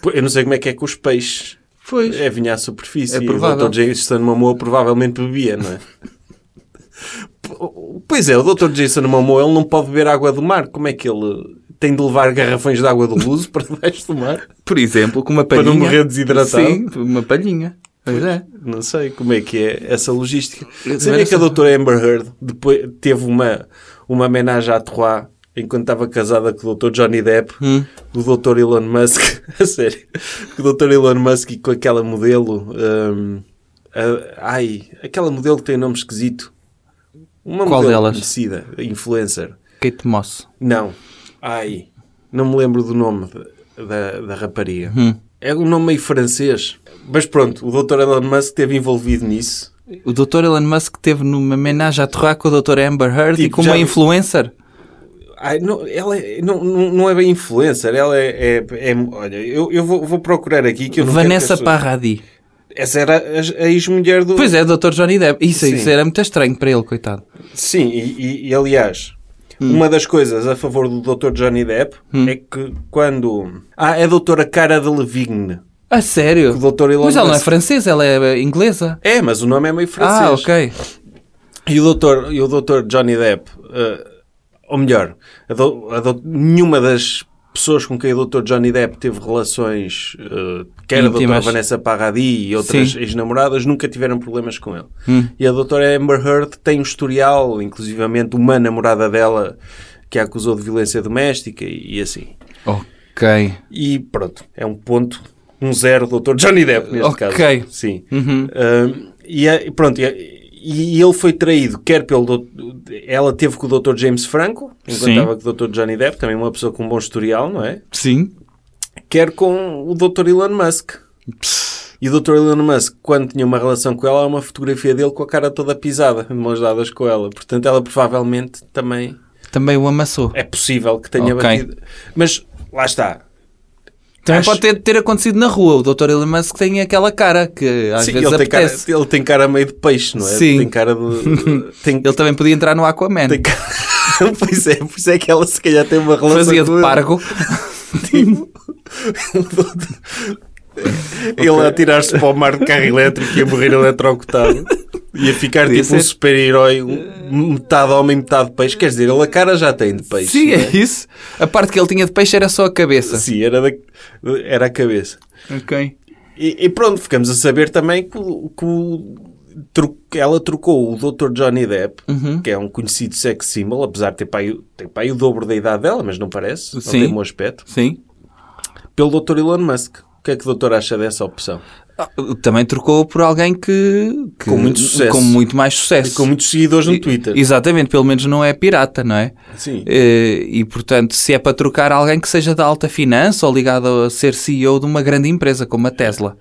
[SPEAKER 2] Pô, Eu não sei como é que é com os peixes.
[SPEAKER 3] Pois.
[SPEAKER 2] É vinha à superfície.
[SPEAKER 3] É
[SPEAKER 2] E
[SPEAKER 3] provável.
[SPEAKER 2] O Dr. Jason Momoa provavelmente bebia, não é? P- pois é, o Dr. Jason Momoa ele não pode beber água do mar. Como é que ele tem de levar garrafões de água do Luso para baixo do mar?
[SPEAKER 3] Por exemplo, com uma
[SPEAKER 2] Para
[SPEAKER 3] palhinha.
[SPEAKER 2] não morrer desidratado.
[SPEAKER 3] Sim, uma palhinha. Pois é.
[SPEAKER 2] Não sei como é que é essa logística. Sabia
[SPEAKER 3] Eu também
[SPEAKER 2] que a
[SPEAKER 3] não
[SPEAKER 2] doutora Amber Heard depois teve uma, uma homenagem à Trois enquanto estava casada com o Dr. Johnny Depp,
[SPEAKER 3] Hum.
[SPEAKER 2] o Dr. Elon Musk, a sério, com o Dr. Elon Musk e com aquela modelo, hum, a- ai, aquela modelo que tem um nome esquisito. Uma
[SPEAKER 3] Qual
[SPEAKER 2] modelo
[SPEAKER 3] delas?
[SPEAKER 2] conhecida, influencer.
[SPEAKER 3] Kate Moss.
[SPEAKER 2] Não. Ai. Não me lembro do nome da, da, da rapariga.
[SPEAKER 3] Hum.
[SPEAKER 2] É um nome meio francês. Mas pronto, o Dr. Elon Musk esteve envolvido nisso.
[SPEAKER 3] O Dr. Elon Musk teve numa homenagem à Torá com a doutora Amber Heard e
[SPEAKER 2] Tipo,
[SPEAKER 3] com uma
[SPEAKER 2] já-
[SPEAKER 3] influencer.
[SPEAKER 2] Ai, não, ela é- não, não, não é bem influencer, ela é. é- é- olha, eu, eu vou, vou procurar aqui que eu não quero que
[SPEAKER 3] Vanessa
[SPEAKER 2] as pessoas-
[SPEAKER 3] Paradis.
[SPEAKER 2] Essa era a, a ex-mulher do.
[SPEAKER 3] Pois é, Dr. Johnny Depp. Isso,
[SPEAKER 2] Sim.
[SPEAKER 3] isso era muito estranho para ele, coitado.
[SPEAKER 2] Sim, e, e- e, aliás,
[SPEAKER 3] Hum.
[SPEAKER 2] uma das coisas a favor do Dr. Johnny Depp é que quando. Ah, é a doutora Cara de Levigne.
[SPEAKER 3] A sério?
[SPEAKER 2] Que o Dr. Elon
[SPEAKER 3] Mas ela não é
[SPEAKER 2] Musk-
[SPEAKER 3] francesa, ela é inglesa.
[SPEAKER 2] É, mas o nome é meio francês.
[SPEAKER 3] Ah, ok.
[SPEAKER 2] E o doutor, e o doutor Johnny Depp, eh, ou melhor, a do- a do- nenhuma das pessoas com quem o doutor Johnny Depp teve relações, eh, quer a doutora
[SPEAKER 3] Íntimas.
[SPEAKER 2] Vanessa Paradis e outras
[SPEAKER 3] Sim. Hum.
[SPEAKER 2] ex-namoradas, nunca tiveram problemas com ele. E a doutora Amber Heard tem um historial, inclusivamente uma namorada dela que a acusou de violência doméstica e, e assim.
[SPEAKER 3] Ok.
[SPEAKER 2] E pronto, é um ponto, um zero, doutor Johnny Depp, neste
[SPEAKER 3] Ok. Uhum.
[SPEAKER 2] caso. Sim. Ah, e é- pronto, e, é- e ele foi traído, quer pelo doutor, ela teve com o doutor James Franco, enquanto
[SPEAKER 3] Sim.
[SPEAKER 2] estava com o doutor Johnny Depp, também uma pessoa com um bom historial, não é?
[SPEAKER 3] Sim.
[SPEAKER 2] Quer com o doutor Elon Musk. E o Dr. Elon Musk, quando tinha uma relação com ela, há uma fotografia dele com a cara toda pisada, de mãos dadas com ela. Portanto, ela provavelmente também
[SPEAKER 3] Também o amassou.
[SPEAKER 2] é possível que tenha
[SPEAKER 3] Ok.
[SPEAKER 2] batido. Mas lá está,
[SPEAKER 3] Também
[SPEAKER 2] acho-
[SPEAKER 3] Ah, pode ter, ter acontecido na rua. O Dr. Elon Musk tem aquela cara que às
[SPEAKER 2] Sim,
[SPEAKER 3] vezes
[SPEAKER 2] ele tem, cara,
[SPEAKER 3] apetece.
[SPEAKER 2] ele tem cara meio de peixe, não é?
[SPEAKER 3] Sim.
[SPEAKER 2] Tem cara de. tem,
[SPEAKER 3] Ele também podia entrar no Aquaman.
[SPEAKER 2] tem cara- pois é, por isso é que ela se calhar tem uma relação.
[SPEAKER 3] Fazia
[SPEAKER 2] com
[SPEAKER 3] de
[SPEAKER 2] ele.
[SPEAKER 3] pargo.
[SPEAKER 2] Ele a tirar-se para o mar de carro elétrico e a morrer eletrocutado. Ia ficar
[SPEAKER 3] Podia
[SPEAKER 2] tipo um
[SPEAKER 3] ser.
[SPEAKER 2] super-herói, um- metade homem, metade peixe. Quer dizer, ele a cara já tem de peixe.
[SPEAKER 3] Sim,
[SPEAKER 2] não
[SPEAKER 3] é isso. A parte que ele tinha de peixe era só a
[SPEAKER 2] é?
[SPEAKER 3] cabeça.
[SPEAKER 2] Sim, era, da, era a cabeça.
[SPEAKER 3] Ok.
[SPEAKER 2] E, e pronto, ficamos a saber também que, o- que o- tro- ela trocou o Dr. Johnny Depp,
[SPEAKER 3] Uhum.
[SPEAKER 2] que é um conhecido sex symbol, apesar de ter pai, o- ter pai o dobro da idade dela, mas não parece, não
[SPEAKER 3] Sim.
[SPEAKER 2] tem um aspecto,
[SPEAKER 3] Sim.
[SPEAKER 2] pelo Dr. Elon Musk. O que é que o doutor acha dessa opção?
[SPEAKER 3] Ah, Também trocou por alguém que, que-
[SPEAKER 2] Com muito sucesso.
[SPEAKER 3] com muito mais sucesso.
[SPEAKER 2] Com muitos seguidores no Twitter.
[SPEAKER 3] Exatamente, pelo menos não é pirata, não é?
[SPEAKER 2] Sim.
[SPEAKER 3] Eh, E, portanto, se é para trocar alguém que seja da alta finança ou ligado a ser CEO de uma grande empresa como a Tesla.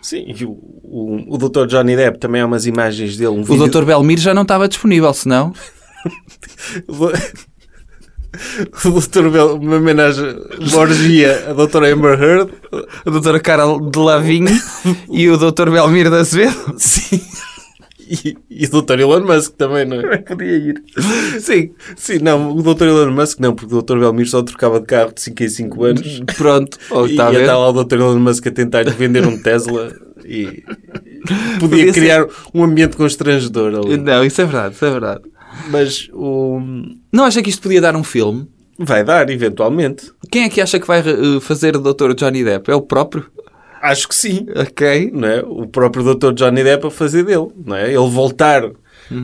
[SPEAKER 2] Sim, e o, o, o Dr. Johnny Depp também há umas imagens dele, um
[SPEAKER 3] O
[SPEAKER 2] vídeo.
[SPEAKER 3] Dr. Belmir já não estava disponível, senão.
[SPEAKER 2] O Dr. Bel, uma homenagem, uma orgia a Dr. Amber Heard.
[SPEAKER 3] A doutora Carol de Lavinho e o Dr. Belmir da Azevedo.
[SPEAKER 2] Sim. E, e o Dr. Elon Musk também, não é?
[SPEAKER 3] Podia ir. Sim.
[SPEAKER 2] Sim, não, o Dr. Elon Musk não, porque o Dr. Belmir só trocava de carro de 5 em 5 anos.
[SPEAKER 3] Pronto. Oh,
[SPEAKER 2] e
[SPEAKER 3] está a
[SPEAKER 2] ia
[SPEAKER 3] ver?
[SPEAKER 2] estar lá o Dr. Elon Musk a tentar vender um Tesla e podia,
[SPEAKER 3] Podia ser.
[SPEAKER 2] criar um ambiente constrangedor ali.
[SPEAKER 3] Não, isso é verdade, isso é verdade.
[SPEAKER 2] Mas o.
[SPEAKER 3] Não acha que isto podia dar um filme?
[SPEAKER 2] Vai dar, eventualmente.
[SPEAKER 3] Quem é que acha que vai eh, fazer o Dr. Johnny Depp? É o próprio?
[SPEAKER 2] Acho que sim.
[SPEAKER 3] Ok.
[SPEAKER 2] não é? O próprio Dr. Johnny Depp a fazer dele, não é? Ele voltar,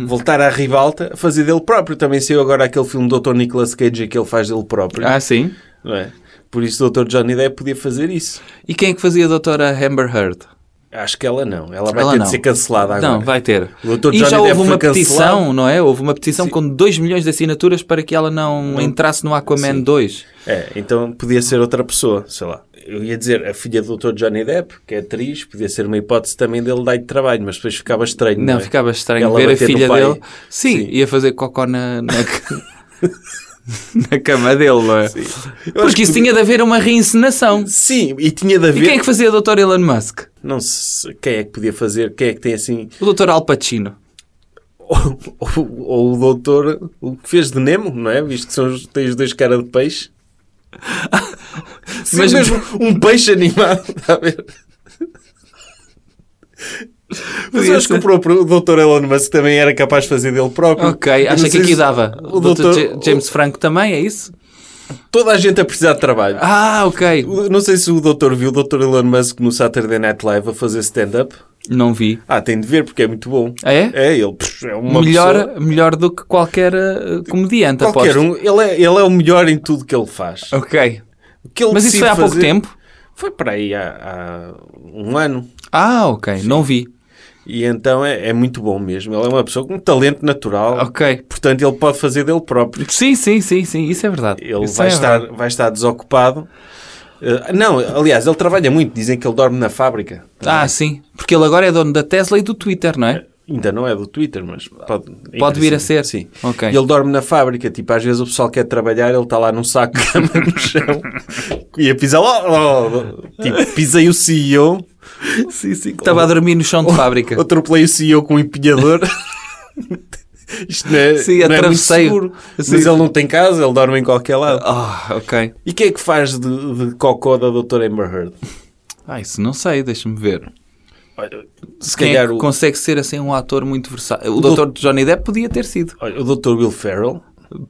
[SPEAKER 2] voltar à ribalta a fazer dele próprio. Também saiu agora aquele filme do Dr. Nicolas Cage em que ele faz dele próprio,
[SPEAKER 3] Ah, sim.
[SPEAKER 2] não é? Por isso o Dr. Johnny Depp podia fazer isso.
[SPEAKER 3] E quem é que fazia a Doutora Amber Heard?
[SPEAKER 2] Acho que ela não. Ela vai
[SPEAKER 3] Ela
[SPEAKER 2] ter
[SPEAKER 3] não.
[SPEAKER 2] de ser cancelada agora.
[SPEAKER 3] Não, vai ter.
[SPEAKER 2] O Dr. Johnny
[SPEAKER 3] E já houve
[SPEAKER 2] Depp foi
[SPEAKER 3] uma
[SPEAKER 2] cancelado.
[SPEAKER 3] petição, não é? Houve uma petição com 2 milhões de assinaturas para que ela não, entrasse no Aquaman 2.
[SPEAKER 2] É, então podia ser outra pessoa, sei lá. Eu ia dizer, a filha do Dr. Johnny Depp, que é atriz, podia ser uma hipótese também dele dar de trabalho, mas depois ficava estranho. Não,
[SPEAKER 3] Não,
[SPEAKER 2] é?
[SPEAKER 3] ficava estranho
[SPEAKER 2] Ela
[SPEAKER 3] ver a
[SPEAKER 2] bater no
[SPEAKER 3] filha
[SPEAKER 2] pai.
[SPEAKER 3] dele. Sim,
[SPEAKER 2] Sim.
[SPEAKER 3] ia fazer cocó na, na, ca- na cama dele, não é?
[SPEAKER 2] Eu acho
[SPEAKER 3] Porque isso tinha de haver uma reencenação.
[SPEAKER 2] Sim, e tinha de
[SPEAKER 3] E
[SPEAKER 2] haver.
[SPEAKER 3] quem é que fazia o Dr. Elon Musk?
[SPEAKER 2] Não sei quem é que podia fazer, quem é que tem assim
[SPEAKER 3] O Dr. Al Pacino.
[SPEAKER 2] ou, ou- ou o doutor o que fez de Nemo, não é? Visto que são, os- tem os dois cara de peixe. Sim,
[SPEAKER 3] Mas-
[SPEAKER 2] mesmo um peixe animado, está a ver? Mas eu acho
[SPEAKER 3] é.
[SPEAKER 2] que o próprio doutor Elon Musk também era capaz de fazer dele próprio.
[SPEAKER 3] Ok,
[SPEAKER 2] Eu
[SPEAKER 3] acha
[SPEAKER 2] não
[SPEAKER 3] que
[SPEAKER 2] sei
[SPEAKER 3] aqui
[SPEAKER 2] se
[SPEAKER 3] dava. O
[SPEAKER 2] O
[SPEAKER 3] Dr.
[SPEAKER 2] doutor,
[SPEAKER 3] Ja- James Franco também, é isso?
[SPEAKER 2] Toda a gente a precisar de trabalho.
[SPEAKER 3] Ah, ok.
[SPEAKER 2] O- Não sei se o doutor viu o doutor Elon Musk no Saturday Night Live a fazer stand-up.
[SPEAKER 3] Não vi.
[SPEAKER 2] Ah, tem de ver porque é muito bom.
[SPEAKER 3] É?
[SPEAKER 2] É, ele pff, é uma pessoa-
[SPEAKER 3] Melhor, melhor do que qualquer eh, comediante,
[SPEAKER 2] Qualquer
[SPEAKER 3] aposto.
[SPEAKER 2] um, ele é, ele é o melhor em tudo que ele faz.
[SPEAKER 3] Ok.
[SPEAKER 2] O que ele
[SPEAKER 3] Mas isso
[SPEAKER 2] decide
[SPEAKER 3] foi há pouco
[SPEAKER 2] fazer-
[SPEAKER 3] tempo?
[SPEAKER 2] Foi para aí há, há um ano.
[SPEAKER 3] Ah, ok. Não vi.
[SPEAKER 2] E então é, é muito bom mesmo. Ele é uma pessoa com um talento natural.
[SPEAKER 3] Ok.
[SPEAKER 2] Portanto, ele pode fazer dele próprio.
[SPEAKER 3] Sim, sim, sim, sim. Isso é verdade.
[SPEAKER 2] Ele
[SPEAKER 3] Isso
[SPEAKER 2] vai,
[SPEAKER 3] é
[SPEAKER 2] estar,
[SPEAKER 3] verdade.
[SPEAKER 2] vai estar desocupado. Eh, não, aliás, ele trabalha muito. Dizem que ele dorme na fábrica.
[SPEAKER 3] Ah, sim. Porque ele agora é dono da Tesla e do Twitter, não é?
[SPEAKER 2] Ainda não é do Twitter, mas pode,
[SPEAKER 3] Pode vir a ser.
[SPEAKER 2] Sim.
[SPEAKER 3] Ok.
[SPEAKER 2] E ele dorme na fábrica. Tipo, às vezes o pessoal quer trabalhar, ele está lá num saco de cama no chão e a pisar. Oh, oh, tipo, pisei o CEO,
[SPEAKER 3] Sim, sim. Estava a dormir no chão de fábrica.
[SPEAKER 2] atropelei o CEO com um empilhador. Isto não é,
[SPEAKER 3] Sim,
[SPEAKER 2] não é muito
[SPEAKER 3] atravessei-o.
[SPEAKER 2] seguro.
[SPEAKER 3] Sim.
[SPEAKER 2] Mas ele não tem casa, ele dorme em qualquer lado.
[SPEAKER 3] Ah, ok.
[SPEAKER 2] E quem é que faz de, de cocó da doutora Amber Heard?
[SPEAKER 3] Ah, isso não sei. Deixa-me ver.
[SPEAKER 2] Olha, Se
[SPEAKER 3] Quem é
[SPEAKER 2] calhar
[SPEAKER 3] que
[SPEAKER 2] o,
[SPEAKER 3] consegue ser assim um ator muito versátil? O
[SPEAKER 2] do-
[SPEAKER 3] doutor Johnny Depp podia ter sido.
[SPEAKER 2] olha, o doutor Will Ferrell.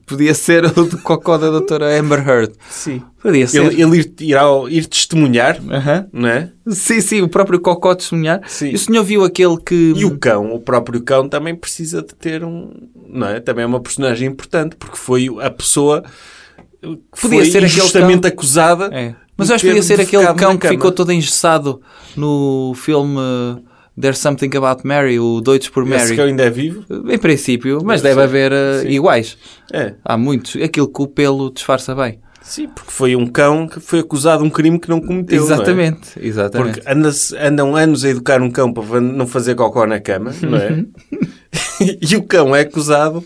[SPEAKER 3] Podia ser o do cocó da doutora Amber Heard.
[SPEAKER 2] Sim.
[SPEAKER 3] Podia ser.
[SPEAKER 2] Ele, ele ir, irá ir testemunhar,
[SPEAKER 3] Aham.
[SPEAKER 2] não é?
[SPEAKER 3] Sim, sim, o próprio Cocó de sonhar.
[SPEAKER 2] Sim.
[SPEAKER 3] E o senhor viu aquele que.
[SPEAKER 2] E o cão, o próprio cão, também precisa de ter um. Não é? Também é uma personagem importante, porque foi a pessoa que
[SPEAKER 3] Podia
[SPEAKER 2] foi
[SPEAKER 3] ser aquele
[SPEAKER 2] injustamente
[SPEAKER 3] cão-
[SPEAKER 2] acusada.
[SPEAKER 3] É. Mas
[SPEAKER 2] de
[SPEAKER 3] eu acho que podia
[SPEAKER 2] ter
[SPEAKER 3] ser aquele
[SPEAKER 2] defecado
[SPEAKER 3] cão
[SPEAKER 2] na
[SPEAKER 3] que
[SPEAKER 2] cama.
[SPEAKER 3] ficou todo engessado no filme uh, There's Something About Mary, o Doidos por
[SPEAKER 2] Esse
[SPEAKER 3] Mary.
[SPEAKER 2] cão ainda é vivo?
[SPEAKER 3] Em princípio, mas deve haver uh, iguais.
[SPEAKER 2] É.
[SPEAKER 3] Há muitos. Aquilo que o pelo disfarça bem.
[SPEAKER 2] Sim, porque foi um cão que foi acusado de um crime que não cometeu. não é?
[SPEAKER 3] exatamente, exatamente.
[SPEAKER 2] Porque anda-se- andam anos a educar um cão para fa- não fazer cocó na cama, não é?
[SPEAKER 3] Uhum.
[SPEAKER 2] e o cão é acusado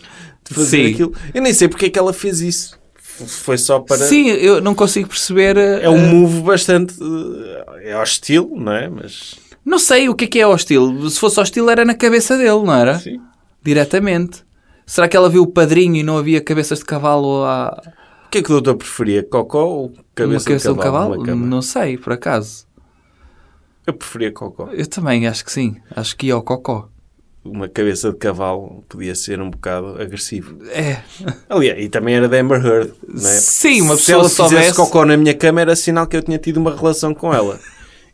[SPEAKER 2] de fazer
[SPEAKER 3] Sim.
[SPEAKER 2] aquilo. Eu nem sei porque é que ela fez isso. F- Foi só para.
[SPEAKER 3] Sim, eu não consigo perceber. uh,
[SPEAKER 2] É um move bastante. eh, É hostil, não é? Mas.
[SPEAKER 3] Não sei o que é que é hostil. Se fosse hostil era na cabeça dele, não era?
[SPEAKER 2] Sim.
[SPEAKER 3] Diretamente. Será que ela viu o padrinho e não havia cabeças de cavalo à
[SPEAKER 2] O que é que o doutor preferia? Cocó ou
[SPEAKER 3] uma
[SPEAKER 2] cabeça,
[SPEAKER 3] cabeça
[SPEAKER 2] de cavalo? numa cama?
[SPEAKER 3] Não sei, por acaso.
[SPEAKER 2] Eu preferia cocó.
[SPEAKER 3] Eu também acho que sim. Acho que ia ao cocó.
[SPEAKER 2] Uma cabeça de cavalo podia ser um bocado agressivo.
[SPEAKER 3] É.
[SPEAKER 2] Aliás, e também era da Amber Heard, não é? Porque
[SPEAKER 3] Sim, uma
[SPEAKER 2] Se
[SPEAKER 3] pessoa
[SPEAKER 2] ela
[SPEAKER 3] soubesse-
[SPEAKER 2] fizesse cocó na minha cama era sinal que eu tinha tido uma relação com ela.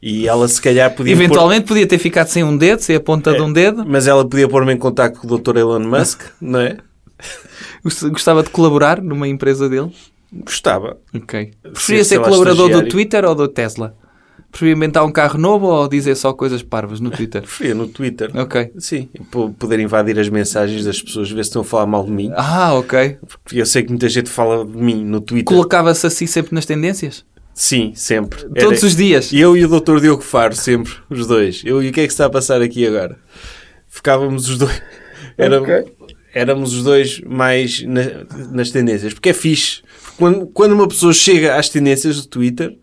[SPEAKER 2] E ela se calhar podia... pôr- É.
[SPEAKER 3] Eventualmente podia ter ficado sem um dedo, sem a ponta de um dedo.
[SPEAKER 2] Mas ela podia pôr-me em contato com o Dr. Elon Musk, não é?
[SPEAKER 3] Gost- Gostava de colaborar numa empresa dele.
[SPEAKER 2] Gostava.
[SPEAKER 3] Ok.
[SPEAKER 2] sei
[SPEAKER 3] Preferia ser
[SPEAKER 2] lá,
[SPEAKER 3] colaborador do
[SPEAKER 2] estagiário.
[SPEAKER 3] Twitter ou do Tesla? Preferia inventar um carro novo ou dizer só coisas parvas no Twitter?
[SPEAKER 2] Preferia no Twitter.
[SPEAKER 3] Ok.
[SPEAKER 2] Sim, e po- poder invadir as mensagens das pessoas, ver se estão a falar mal de mim.
[SPEAKER 3] Ah, ok.
[SPEAKER 2] Porque eu sei que muita gente fala de mim no Twitter.
[SPEAKER 3] Colocava-se assim sempre nas tendências?
[SPEAKER 2] Sim, sempre. Era-
[SPEAKER 3] Todos os dias?
[SPEAKER 2] Eu e o Dr. Diogo Faro, sempre, os dois. Eu e o que é que está a passar aqui agora? Ficávamos os dois. Era- Éramos os dois mais na- nas tendências, porque é fixe. Quando, quando uma pessoa chega às tendências do Twitter,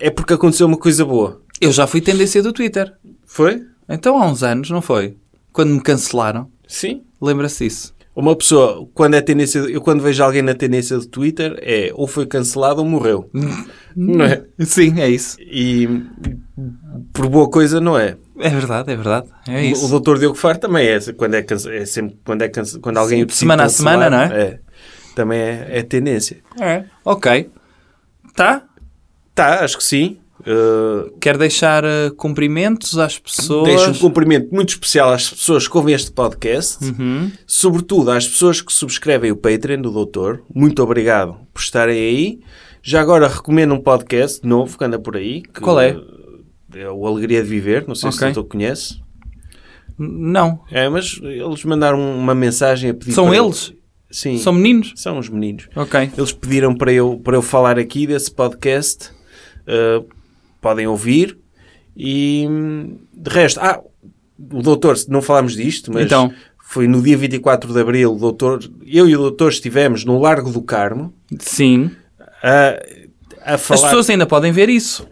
[SPEAKER 2] é porque aconteceu uma coisa boa.
[SPEAKER 3] Eu já fui tendência do Twitter.
[SPEAKER 2] Foi?
[SPEAKER 3] Então há uns anos, não foi? Quando me cancelaram.
[SPEAKER 2] Sim.
[SPEAKER 3] Lembra-se disso?
[SPEAKER 2] Uma pessoa, quando é tendência, eu quando vejo alguém na tendência do Twitter, é ou foi cancelado ou morreu. não é?
[SPEAKER 3] Sim, é isso.
[SPEAKER 2] E por boa coisa não é.
[SPEAKER 3] É verdade, é verdade. É
[SPEAKER 2] O
[SPEAKER 3] isso.
[SPEAKER 2] doutor Diogo Faro também é, quando, é, cance- é sempre, quando, é cance- quando alguém
[SPEAKER 3] Sim,
[SPEAKER 2] o decide
[SPEAKER 3] semana a
[SPEAKER 2] cancelar,
[SPEAKER 3] semana, não
[SPEAKER 2] é? Também é, é tendência.
[SPEAKER 3] É. Ok. Tá?
[SPEAKER 2] Tá, acho que sim. Uh,
[SPEAKER 3] Quer deixar eh, cumprimentos às pessoas?
[SPEAKER 2] deixo um cumprimento muito especial às pessoas que ouvem este podcast,
[SPEAKER 3] Hum. Uhum.
[SPEAKER 2] sobretudo às pessoas que subscrevem o Patreon do Doutor. Muito obrigado por estarem aí. Já agora recomendo um podcast novo que anda por aí. que,
[SPEAKER 3] Qual é?
[SPEAKER 2] uh, É o Alegria de Viver, não sei se
[SPEAKER 3] Ok.
[SPEAKER 2] o Doutor conhece.
[SPEAKER 3] Não.
[SPEAKER 2] É, mas eles mandaram uma mensagem a pedir
[SPEAKER 3] São
[SPEAKER 2] para-
[SPEAKER 3] eles?
[SPEAKER 2] Sim.
[SPEAKER 3] São meninos?
[SPEAKER 2] São os meninos.
[SPEAKER 3] Ok.
[SPEAKER 2] Eles pediram para eu, para eu falar aqui desse podcast. Uh, podem ouvir. E hum, de resto, ah, o doutor, não falámos disto, mas
[SPEAKER 3] Então.
[SPEAKER 2] foi no dia 24 de abril, o doutor, eu e o doutor estivemos no Largo do Carmo
[SPEAKER 3] Sim.
[SPEAKER 2] a, a
[SPEAKER 3] As
[SPEAKER 2] falar.
[SPEAKER 3] pessoas ainda podem ver isso.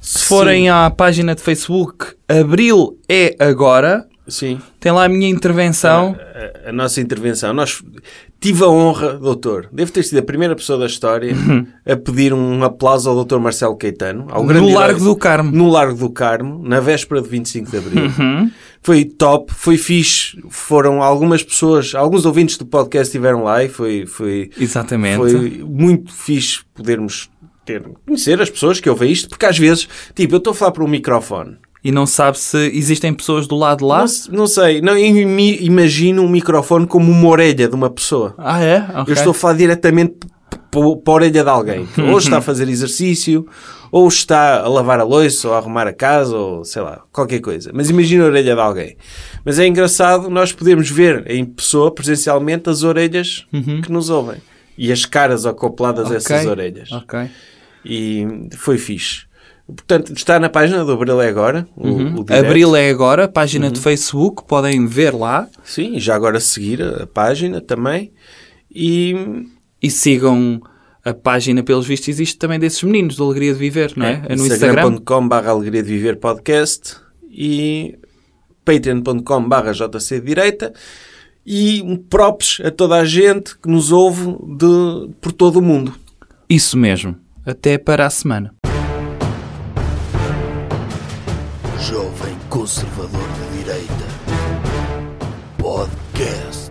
[SPEAKER 3] Se
[SPEAKER 2] Sim.
[SPEAKER 3] forem à página de Facebook Abril é Agora,
[SPEAKER 2] Sim,
[SPEAKER 3] tem lá a minha intervenção.
[SPEAKER 2] a, a nossa intervenção. Nós, tive a honra, doutor, devo ter sido a primeira pessoa da história a pedir um aplauso ao doutor Marcelo Caetano, ao grande
[SPEAKER 3] Uhum. no
[SPEAKER 2] herói-
[SPEAKER 3] Largo do Carmo. Uhum.
[SPEAKER 2] no Largo do Carmo, na véspera de 25 de Abril. Foi top, foi fixe. Foram algumas pessoas, alguns ouvintes do podcast estiveram lá e foi, foi,
[SPEAKER 3] Exatamente.
[SPEAKER 2] foi muito fixe podermos ter, conhecer as pessoas que ouvem isto, porque às vezes, tipo, eu estou a falar para um microfone.
[SPEAKER 3] E não sabe se existem pessoas do lado de lá.
[SPEAKER 2] Não, se- não sei, não, eu imi- imagino um microfone como uma orelha de uma pessoa.
[SPEAKER 3] Ah, é? Ok. Uhum.
[SPEAKER 2] Eu estou a falar diretamente p- p- para a orelha de alguém. que Ou está a fazer exercício, ou está a lavar a louça, ou a arrumar a casa, ou sei lá, qualquer coisa. Mas imagina a orelha de alguém. Mas é engraçado, nós podemos ver em pessoa, presencialmente, as orelhas que nos ouvem. E as caras acopladas a essas
[SPEAKER 3] Uhum. Ok. Ah.
[SPEAKER 2] orelhas.
[SPEAKER 3] Ok.
[SPEAKER 2] E foi fixe. Portanto, está na página do Abril é agora. o- o direto.
[SPEAKER 3] Abril é Agora, página
[SPEAKER 2] Uhum.
[SPEAKER 3] de Facebook, podem ver lá.
[SPEAKER 2] Sim, e já agora seguir a a página também. E
[SPEAKER 3] E sigam a página, pelos vistos, existe também desses meninos, do Alegria de Viver, não é? É no Instagram.
[SPEAKER 2] instagram.com barra alegria de viver podcast e patreon.com barra jc direita e um props a toda a gente que nos ouve de, por todo o mundo.
[SPEAKER 3] Isso mesmo. Até para a semana.
[SPEAKER 1] Jovem Conservador de Direita. Podcast.